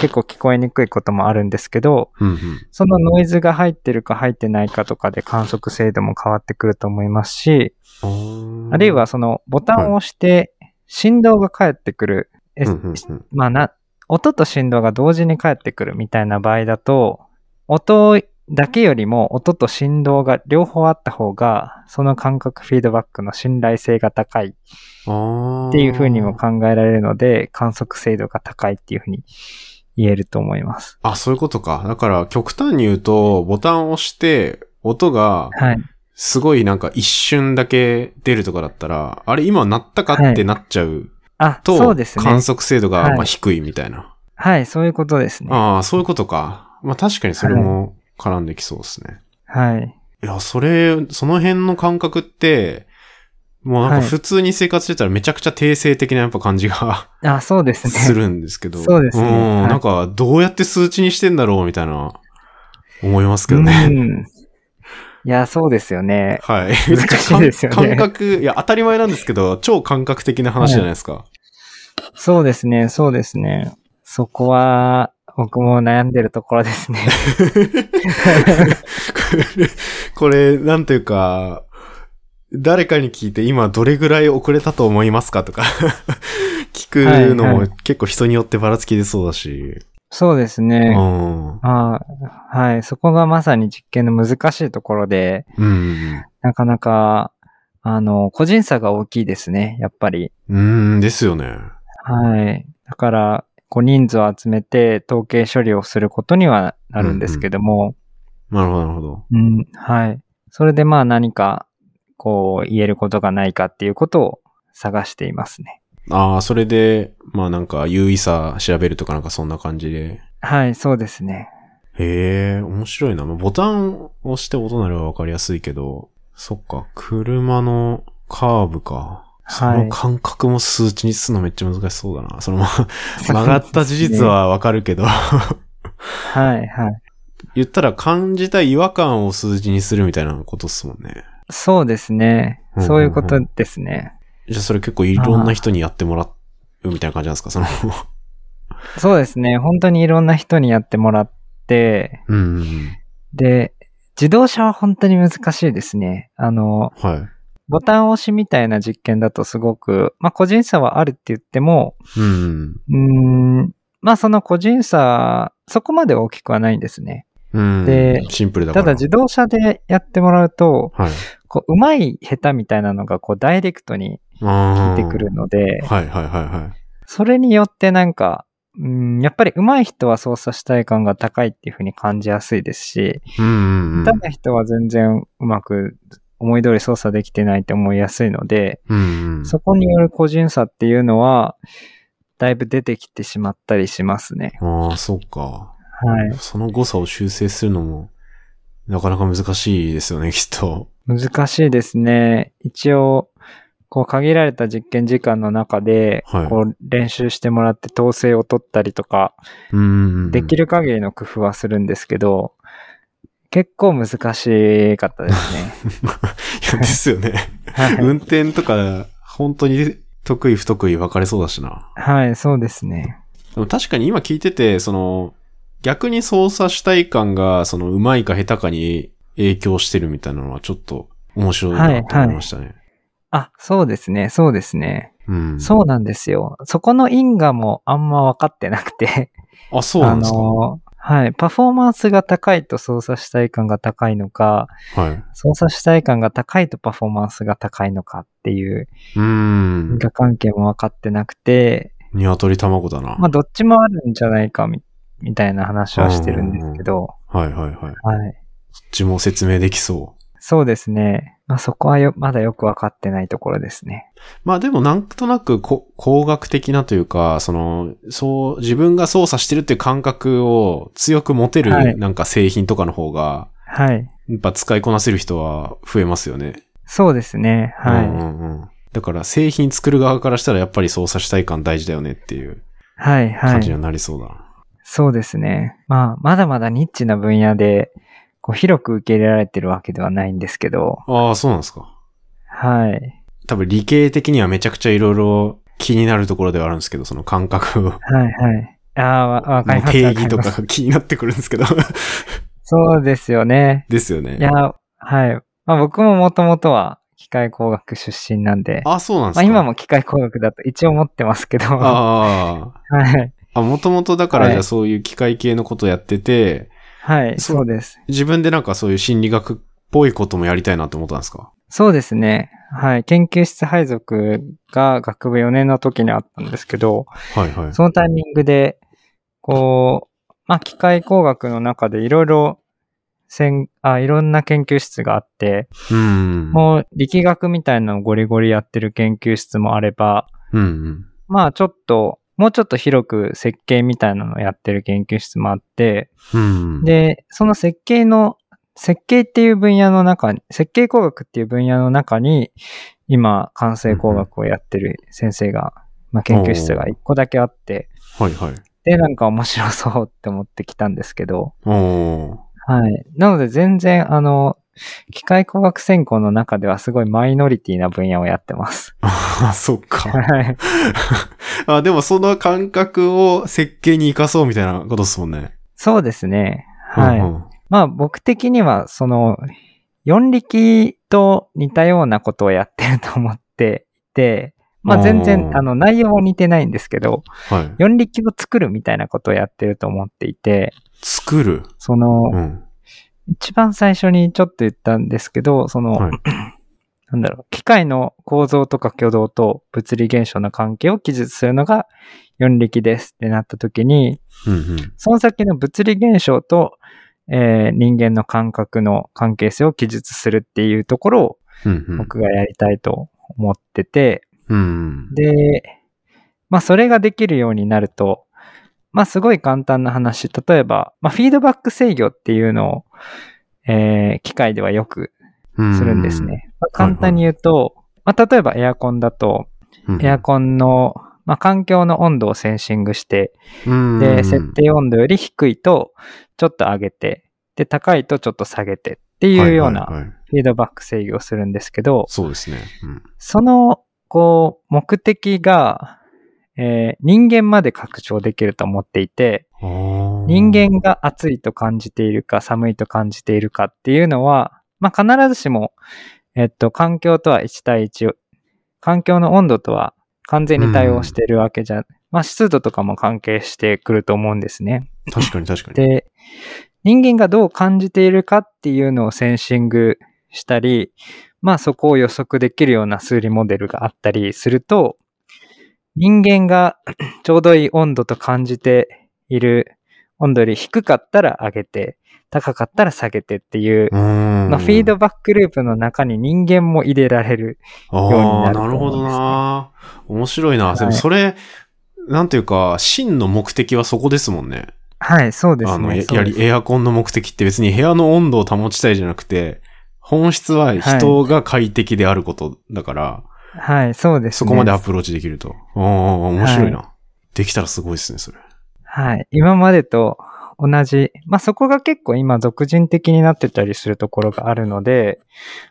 [SPEAKER 3] 結構聞こえにくいこともあるんですけど、
[SPEAKER 2] うんうん。
[SPEAKER 3] そのノイズが入ってるか入ってないかとかで観測精度も変わってくると思いますし、
[SPEAKER 2] あー
[SPEAKER 3] あるいは、そのボタンを押して振動が返ってくる、え
[SPEAKER 2] うんうんうん
[SPEAKER 3] まあな、音と振動が同時に返ってくるみたいな場合だと、音だけよりも音と振動が両方あった方が、その感覚フィードバックの信頼性が高いっ
[SPEAKER 2] あー
[SPEAKER 3] ていうふうにも考えられるので、観測精度が高いっていうふうに言えると思います。
[SPEAKER 2] あ、そういうことか。だから、極端に言うと、ボタンを押して、音が、
[SPEAKER 3] はい。
[SPEAKER 2] すごいなんか一瞬だけ出るとかだったら、あれ今鳴ったかってなっちゃう
[SPEAKER 3] あ、
[SPEAKER 2] と、
[SPEAKER 3] そうですね
[SPEAKER 2] 観。測精度が
[SPEAKER 3] はい
[SPEAKER 2] まあ低いみたいな。
[SPEAKER 3] はい、そういうことですね。
[SPEAKER 2] ああ、そういうことか。まあ確かにそれも絡んできそうですね。
[SPEAKER 3] はい。
[SPEAKER 2] い、や、それ、その辺の感覚って、もうなんか
[SPEAKER 3] はい
[SPEAKER 2] 普通に生活してたらめちゃくちゃ定性的なやっぱ感じ が
[SPEAKER 3] あ、そうですね。
[SPEAKER 2] するんですけど。
[SPEAKER 3] そうですね
[SPEAKER 2] ん、
[SPEAKER 3] はい
[SPEAKER 2] なんかどうやって数値にしてんだろうみたいな、思いますけどね。
[SPEAKER 3] うん。いや、そうですよね。
[SPEAKER 2] はい。
[SPEAKER 3] 難しいですよ
[SPEAKER 2] 感
[SPEAKER 3] ね
[SPEAKER 2] 覚、いや、当たり前なんですけど、超感覚的な話じゃないですか。
[SPEAKER 3] そうですね、そうですね。そこは、僕も悩んでるところです ね。
[SPEAKER 2] これ、なんというか、誰かに聞いて今どれぐらい遅れたと思いますかとか、聞くの
[SPEAKER 3] は
[SPEAKER 2] も
[SPEAKER 3] い
[SPEAKER 2] 結構人によってばらつきでそうだし。
[SPEAKER 3] そうです
[SPEAKER 2] う
[SPEAKER 3] ね。
[SPEAKER 2] ん。うん
[SPEAKER 3] あはい。そこがまさに実験の難しいところで、
[SPEAKER 2] うん
[SPEAKER 3] なかなか、あの、個人差が大きいですね、やっぱり。
[SPEAKER 2] うん。うん、ですよね。
[SPEAKER 3] はい。だから、こう人数を集めて統計処理をすることにはなるんですけども、
[SPEAKER 2] なるほど、なるほど。
[SPEAKER 3] うん、はい。それでまあ何か、こう、言えることがないかっていうことを探していますね。
[SPEAKER 2] ああ、それで、まあなんか優位さ調べるとかなんかそんな感じで。
[SPEAKER 3] はい、そうですね。
[SPEAKER 2] へえ、面白いな。まあボタンを押して音なればわかりやすいけど、そっか、車のカーブか。そ
[SPEAKER 3] はい
[SPEAKER 2] の感覚も数値にするのめっちゃ難しそうだな。その ま、曲がった事実はわかるけど、
[SPEAKER 3] はいはい。
[SPEAKER 2] 言ったら感じた違和感を数字にするみたいなことっすもんね。
[SPEAKER 3] そうですね
[SPEAKER 2] うん。うんうん
[SPEAKER 3] そういうことですね。
[SPEAKER 2] じゃあそれ結構いろんな人にやってもらうみたいな感じなんですかその、
[SPEAKER 3] そうですね。本当にいろんな人にやってもらって、
[SPEAKER 2] うんうんうん。
[SPEAKER 3] で、自動車は本当に難しいですね。あの、
[SPEAKER 2] はい。
[SPEAKER 3] ボタン押しみたいな実験だとすごく、まあ個人差はあるって言っても、
[SPEAKER 2] うんうん。
[SPEAKER 3] うーん、まあその個人差、そこまで大きくはないんですね。
[SPEAKER 2] うん、
[SPEAKER 3] で
[SPEAKER 2] シンプルだから。
[SPEAKER 3] ただ自動車でやってもらうと、
[SPEAKER 2] はい。
[SPEAKER 3] こう、うまい下手みたいなのがこうダイレクトに
[SPEAKER 2] あ
[SPEAKER 3] 出て
[SPEAKER 2] ー
[SPEAKER 3] くる。ので、
[SPEAKER 2] はいはいはいはい。
[SPEAKER 3] それによってなんか、うん、やっぱり上手い人は操作主体感が高いっていう風に感じやすいですし、
[SPEAKER 2] うんうんうん。
[SPEAKER 3] 下手な人は全然うまく思い通り操作できてないって思いやすいので、
[SPEAKER 2] うんうん。
[SPEAKER 3] そこによる個人差っていうのは、だいぶ出てきてしまったりしますね。
[SPEAKER 2] ああ、そうか。
[SPEAKER 3] はい。
[SPEAKER 2] その誤差を修正するのも、なかなか難しいですよね、きっと。
[SPEAKER 3] 難しいですね。一応、こう限られた実験時間の中で、
[SPEAKER 2] はい
[SPEAKER 3] こう練習してもらって統制を取ったりとか、
[SPEAKER 2] うん。
[SPEAKER 3] できる限りの工夫はするんですけど、結構難しかったです ね。
[SPEAKER 2] いやですよね。
[SPEAKER 3] はい、
[SPEAKER 2] 運転とか、本当に得意不得意分かれそうだしな。
[SPEAKER 3] はい、そうですね。
[SPEAKER 2] でも確かに今聞いてて、その、逆に操作主体感が、その、うまいか下手かに影響してるみたいなのは、ちょっと面白いなと思いましたね。
[SPEAKER 3] あ、そうですね、そうですね。
[SPEAKER 2] うん。
[SPEAKER 3] そうなんですよ。そこの因果もあんま分かってなくて、
[SPEAKER 2] あ、そうなんですか。
[SPEAKER 3] あの、はい、パフォーマンスが高いと操作主体感が高いのか、
[SPEAKER 2] はい。う
[SPEAKER 3] 操作主体感が高いとパフォーマンスが高いのかっていう
[SPEAKER 2] ーん
[SPEAKER 3] 因。果関係も分かってなくて、
[SPEAKER 2] 鶏卵だな。
[SPEAKER 3] まあどっちもあるんじゃないかみみたいな話はしてるんですけど、
[SPEAKER 2] はいはいはい。
[SPEAKER 3] はい。
[SPEAKER 2] そっちも説明できそう。
[SPEAKER 3] そうですね。まあそこはよ、まだよく分かってないところですね。
[SPEAKER 2] まあでもなんとなくこ工学的なというか、その、そう、自分が操作してるっていう感覚を強く持て
[SPEAKER 3] はい
[SPEAKER 2] るなんか製品とかの方が、
[SPEAKER 3] はい。
[SPEAKER 2] やっぱ使いこなせる人は増えますよね。
[SPEAKER 3] そうですね。はい。
[SPEAKER 2] うんうんうん。だから製品作る側からしたらやっぱり操作主体感大事だよねっていう
[SPEAKER 3] はい、は
[SPEAKER 2] 感じに
[SPEAKER 3] い。
[SPEAKER 2] はなりそうだ。
[SPEAKER 3] そうですね。まあ、まだまだニッチな分野で、こう広く受け入れられてるわけではないんですけど、
[SPEAKER 2] ああ、そうなんですか。
[SPEAKER 3] はい。
[SPEAKER 2] 多分理系的にはめちゃくちゃいろいろ気になるところではあるんですけど、その感覚を。
[SPEAKER 3] はい、はい。ああ、わわかります。
[SPEAKER 2] 定義と
[SPEAKER 3] わ
[SPEAKER 2] か
[SPEAKER 3] ります
[SPEAKER 2] が気になってくるんですけど。
[SPEAKER 3] そうですよね。
[SPEAKER 2] ですよね。
[SPEAKER 3] いや、はい。まあ僕ももともとは機械工学出身なんで、
[SPEAKER 2] あ、そうなんです
[SPEAKER 3] ま
[SPEAKER 2] か。
[SPEAKER 3] あ今も機械工学だと一応持ってますけど、は
[SPEAKER 2] ああ。
[SPEAKER 3] い。
[SPEAKER 2] あ、もともとだか
[SPEAKER 3] は
[SPEAKER 2] ら
[SPEAKER 3] い
[SPEAKER 2] じゃあそういう機械系のことやってて、
[SPEAKER 3] はい、
[SPEAKER 2] そう
[SPEAKER 3] そうです。
[SPEAKER 2] 自分でなんかそういう心理学っぽいこともやりたいなと思ったんですか
[SPEAKER 3] そうですね。はい。研究室配属が学部4年の時にあったんですけど、
[SPEAKER 2] はいはい。
[SPEAKER 3] そのタイミングで、こう、まあ機械工学の中でいろいろ、せんあいろんな研究室があって、
[SPEAKER 2] うん。うん
[SPEAKER 3] もう力学みたいなのをゴリゴリやってる研究室もあれば、
[SPEAKER 2] うん。
[SPEAKER 3] まあちょっと、もうちょっと広く設計みたいなのをやってる研究室もあって、
[SPEAKER 2] うん。、
[SPEAKER 3] で、その設計の、設計っていう分野の中に、設計工学っていう分野の中に、今、完成工学をやってる先生が、まあ研究室が一個だけあって、
[SPEAKER 2] はいはい。
[SPEAKER 3] で、なんか面白そうって思ってきたんですけど、
[SPEAKER 2] おお
[SPEAKER 3] はい。なので全然、あの、機械工学専攻の中ではすごいマイノリティな分野をやってます。
[SPEAKER 2] ー。あ、そっ
[SPEAKER 3] は
[SPEAKER 2] か。
[SPEAKER 3] い。
[SPEAKER 2] あ、でもその感覚を設計に生かそうみたいなことですもんね。
[SPEAKER 3] そうですね。はい。
[SPEAKER 2] うんうん
[SPEAKER 3] まあ僕的にはその4力と似たようなことをやってると思っていて、まあ全
[SPEAKER 2] お
[SPEAKER 3] 然
[SPEAKER 2] ー
[SPEAKER 3] あの内容は似てないんですけど、
[SPEAKER 2] はい。
[SPEAKER 3] 4力を作るみたいなことをやってると思っていて、
[SPEAKER 2] 作る。
[SPEAKER 3] その
[SPEAKER 2] うん。
[SPEAKER 3] 一番最初にちょっと言ったんですけど、その、
[SPEAKER 2] はい
[SPEAKER 3] なんだろう、機械の構造とか挙動と物理現象の関係を記述するのが4力ですってなった時に、
[SPEAKER 2] うんうん。
[SPEAKER 3] その先の物理現象と、えー人間の感覚の関係性を記述するっていうところを
[SPEAKER 2] うんうん。
[SPEAKER 3] 僕がやりたいと思ってて、
[SPEAKER 2] うん。
[SPEAKER 3] で、まあそれができるようになると、まあすごい簡単な話、例えば、まあフィードバック制御っていうのを、えー機械ではよく
[SPEAKER 2] うん
[SPEAKER 3] するんです。ね。まあ簡単に言うと、まあ例えばエアコンだと、
[SPEAKER 2] うん
[SPEAKER 3] エアコンの、まあ環境の温度をセンシングして、
[SPEAKER 2] うん
[SPEAKER 3] で、設定温度より低いとちょっと上げて、で、高いとちょっと下げてっていうよう
[SPEAKER 2] はい
[SPEAKER 3] な
[SPEAKER 2] はいはい
[SPEAKER 3] フィードバック制御をするんですけど、
[SPEAKER 2] そうですね。うん
[SPEAKER 3] その、こう、目的が、えー人間まで拡張できると思っていて、
[SPEAKER 2] あー
[SPEAKER 3] 人間が暑いと感じているか寒いと感じているかっていうのは、まあ、必ずしも、えっと、環境とは1対1を、環境の温度とは完全に対応しているわけじゃ、まあ、湿度とかも関係してくると思うんですね。
[SPEAKER 2] 確かに確かに。
[SPEAKER 3] で、人間がどう感じているかっていうのをセンシングしたり、まあそこを予測できるような数理モデルがあったりすると、人間がちょうどいい温度と感じている温度より低かったら上げて、高かったら下げてっていう、
[SPEAKER 2] うん
[SPEAKER 3] まあ、フィードバックループの中に人間も入れられる。ように
[SPEAKER 2] ああ、
[SPEAKER 3] なると
[SPEAKER 2] なる
[SPEAKER 3] 思
[SPEAKER 2] ほ
[SPEAKER 3] うんです
[SPEAKER 2] ど
[SPEAKER 3] ね
[SPEAKER 2] な。面白いな。でも
[SPEAKER 3] はい
[SPEAKER 2] それ、なんていうか、真の目的はそこですもんね。
[SPEAKER 3] はい、そうですね。
[SPEAKER 2] あの、や
[SPEAKER 3] そう
[SPEAKER 2] や
[SPEAKER 3] で
[SPEAKER 2] は
[SPEAKER 3] す
[SPEAKER 2] りエアコンの目的って別に部屋の温度を保ちたいじゃなくて、本質は人が快適であることだから、
[SPEAKER 3] はい、そうです、ね。
[SPEAKER 2] そこまでアプローチできると。ああ、面白いな、できたらすごいですね、それ。
[SPEAKER 3] はい。今までと同じ。まあ、そこが結構今、俗人的になってたりするところがあるので、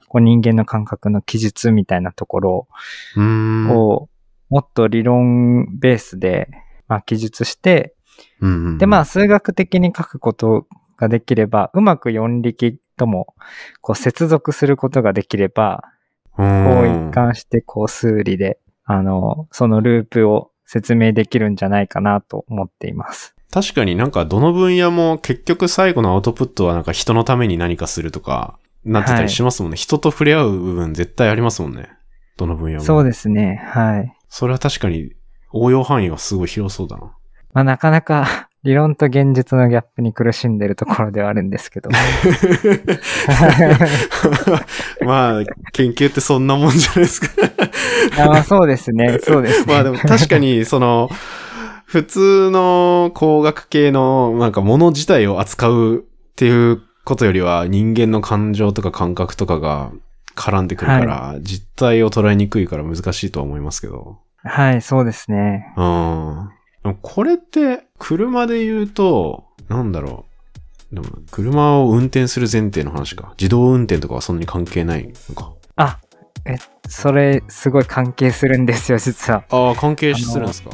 [SPEAKER 3] こう人間の感覚の記述みたいなところ
[SPEAKER 2] うーん。うん
[SPEAKER 3] を、もっと理論ベースで、まあ、記述して、
[SPEAKER 2] うんうん
[SPEAKER 3] で、まあ、、数学的に書くことができれば、うまく四力とも、こう、接続することができれば、
[SPEAKER 2] こ
[SPEAKER 3] こう一貫して、こう、数理で、あの、そのループを説明できるんじゃないかなと思っています。
[SPEAKER 2] 確かになんかどの分野も結局最後のアウトプットはなんか人のために何かするとか、なってたりしますもんね。人と触れ合う部分絶対ありますもんね。どの分野も。。
[SPEAKER 3] そうですすね。はい。
[SPEAKER 2] それは確かに応用範囲はすごい広そうだな。
[SPEAKER 3] まあ、なかなか 理論と現実のギャップに苦しんでるところではあるんですけど。
[SPEAKER 2] まあ、研究ってそんなもんじゃないですか。
[SPEAKER 3] あまあそうですね、そうですね。
[SPEAKER 2] まあでも確かに、その、普通の工学系のなんかもの自体を扱うっていうことよりは人間の感情とか感覚とかが絡んでくるから、実態を捉えにくいから難しいとは思いますけど。
[SPEAKER 3] はい、そうですね。
[SPEAKER 2] うん。でもこれって車で言うと、なんだろう。でも車を運転する前提の話か。自動運転とかはそんなに関係ないのか。
[SPEAKER 3] あ、え、それ、すごい関係するんですよ、実は。
[SPEAKER 2] ああ、関係するんですか。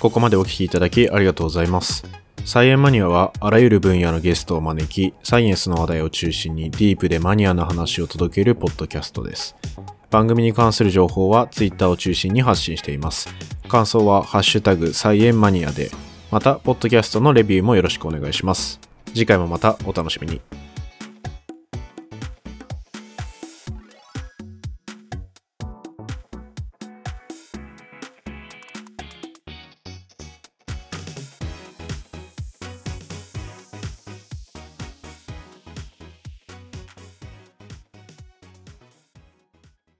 [SPEAKER 2] ここまでお聞きいただきありがとうございます。サイエンマニアはあらゆる分野のゲストを招き、サイエンスの話題を中心にディープでマニアな話を届けるポッドキャストです。番組に関する情報は Twitter を中心に発信しています。感想はハッシュタグサイエンマニアで、また、ポッドキャストのレビューもよろしくお願いします。次回もまたお楽しみに。